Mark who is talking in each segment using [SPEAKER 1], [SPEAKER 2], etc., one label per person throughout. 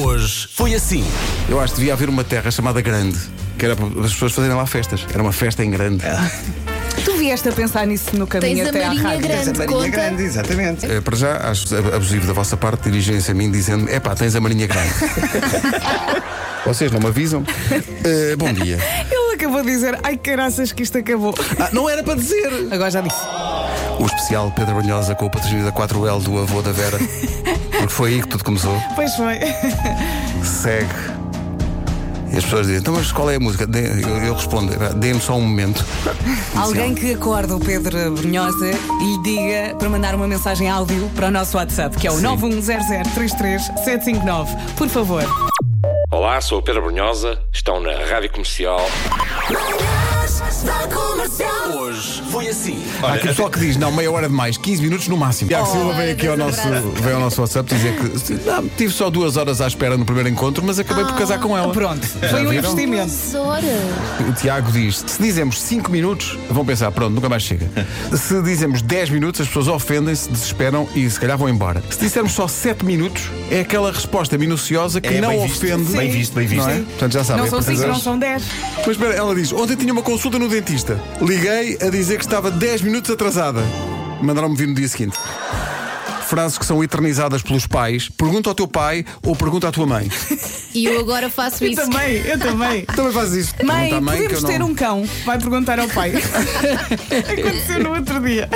[SPEAKER 1] Hoje foi assim.
[SPEAKER 2] Eu acho que devia haver uma terra chamada Grande, que era para as pessoas fazerem lá festas. Era uma festa em grande.
[SPEAKER 3] Tu vieste a pensar nisso no caminho
[SPEAKER 4] Tens a
[SPEAKER 3] até à
[SPEAKER 4] Marinha
[SPEAKER 3] rádio.
[SPEAKER 4] Grande.
[SPEAKER 5] Essa marinha
[SPEAKER 4] conta.
[SPEAKER 5] grande, exatamente.
[SPEAKER 2] Eh, Para já, acho abusivo da vossa parte dirigirem-se a mim dizendo: é pá, tens a marinha grande. Vocês não me avisam? Eh, bom dia.
[SPEAKER 3] Ele acabou de dizer, ai caraças que isto acabou.
[SPEAKER 2] Ah, não era para dizer!
[SPEAKER 3] Agora já disse.
[SPEAKER 2] O especial Pedro Banhosa com o patrocínio da 4L do avô da Vera. Porque foi aí que tudo começou.
[SPEAKER 3] Pois foi.
[SPEAKER 2] Segue. E as pessoas dizem: então, mas qual é a música? Dê- eu, eu respondo: dê-me só um momento.
[SPEAKER 3] Alguém que acorda o Pedro Brunhosa e lhe diga para mandar uma mensagem áudio para o nosso WhatsApp, que é o 910033759. Por favor.
[SPEAKER 6] Olá, sou o Pedro Brunhosa, estão na Rádio Comercial.
[SPEAKER 7] Manhãs da Comercial.
[SPEAKER 1] Hoje foi assim.
[SPEAKER 2] Há aqui pessoal que diz, não, meia hora de mais, 15 minutos no máximo. Tiago
[SPEAKER 3] Oh,
[SPEAKER 2] Silva veio aqui ao nosso, veio ao nosso WhatsApp dizer que não, tive só duas horas à espera no primeiro encontro, mas acabei por casar com ela.
[SPEAKER 3] Ah, Pronto. Foi um
[SPEAKER 2] viram?
[SPEAKER 3] investimento.
[SPEAKER 4] Tesoura.
[SPEAKER 2] O Tiago diz: se dizemos 5 minutos, vão pensar, pronto, nunca mais chega. Se dizemos 10 minutos, as pessoas ofendem-se, desesperam e se calhar vão embora. Se dissermos só 7 minutos, é aquela resposta minuciosa que
[SPEAKER 5] É,
[SPEAKER 2] não
[SPEAKER 5] bem visto,
[SPEAKER 2] ofende.
[SPEAKER 5] bem visto, bem visto.
[SPEAKER 2] Não é? Portanto, já sabem.
[SPEAKER 3] Não são
[SPEAKER 2] portanto,
[SPEAKER 3] 5, não são 10.
[SPEAKER 2] mas espera, ela diz: Ontem tinha uma consulta no dentista. Liguei a dizer que estava 10 minutos atrasada. Mandaram-me vir no dia seguinte. Frases que são eternizadas pelos pais. Pergunta ao teu pai ou pergunta à tua mãe.
[SPEAKER 4] E eu agora faço
[SPEAKER 3] Eu
[SPEAKER 4] isso.
[SPEAKER 3] também, eu também.
[SPEAKER 2] Também fazes isso.
[SPEAKER 3] Mãe,
[SPEAKER 2] Pergunta à mãe que eu
[SPEAKER 3] podemos ter
[SPEAKER 2] não-
[SPEAKER 3] um cão? Vai perguntar ao pai. Aconteceu no outro dia.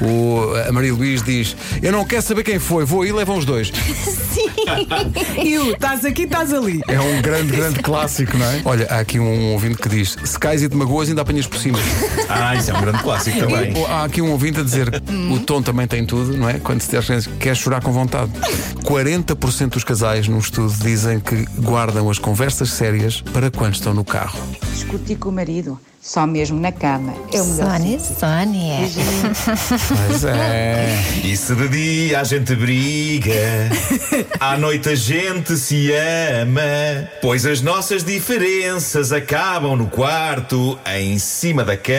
[SPEAKER 2] O, a Maria Luís diz: Eu não quero saber quem foi, vou aí e levam os dois.
[SPEAKER 3] E o estás aqui, estás ali.
[SPEAKER 2] É um grande, grande clássico, não é? Olha, há aqui um ouvinte que diz: Se cais e te magoas, ainda apanhas por cima.
[SPEAKER 5] Ah, isso é um grande clássico também.
[SPEAKER 2] Ou há aqui um ouvinte a dizer: O tom também tem tudo, não é? Quando se tem as crianças, quer chorar com vontade. 40% dos casais num estudo dizem que guardam as conversas sérias para quando estão no carro.
[SPEAKER 8] discutir com o marido, só mesmo na cama. É o melhor.
[SPEAKER 9] Sónia, Sónia.
[SPEAKER 2] Mas é.
[SPEAKER 5] E se de dia a gente briga, à noite a gente se ama, pois as nossas diferenças acabam no quarto, em cima da cama.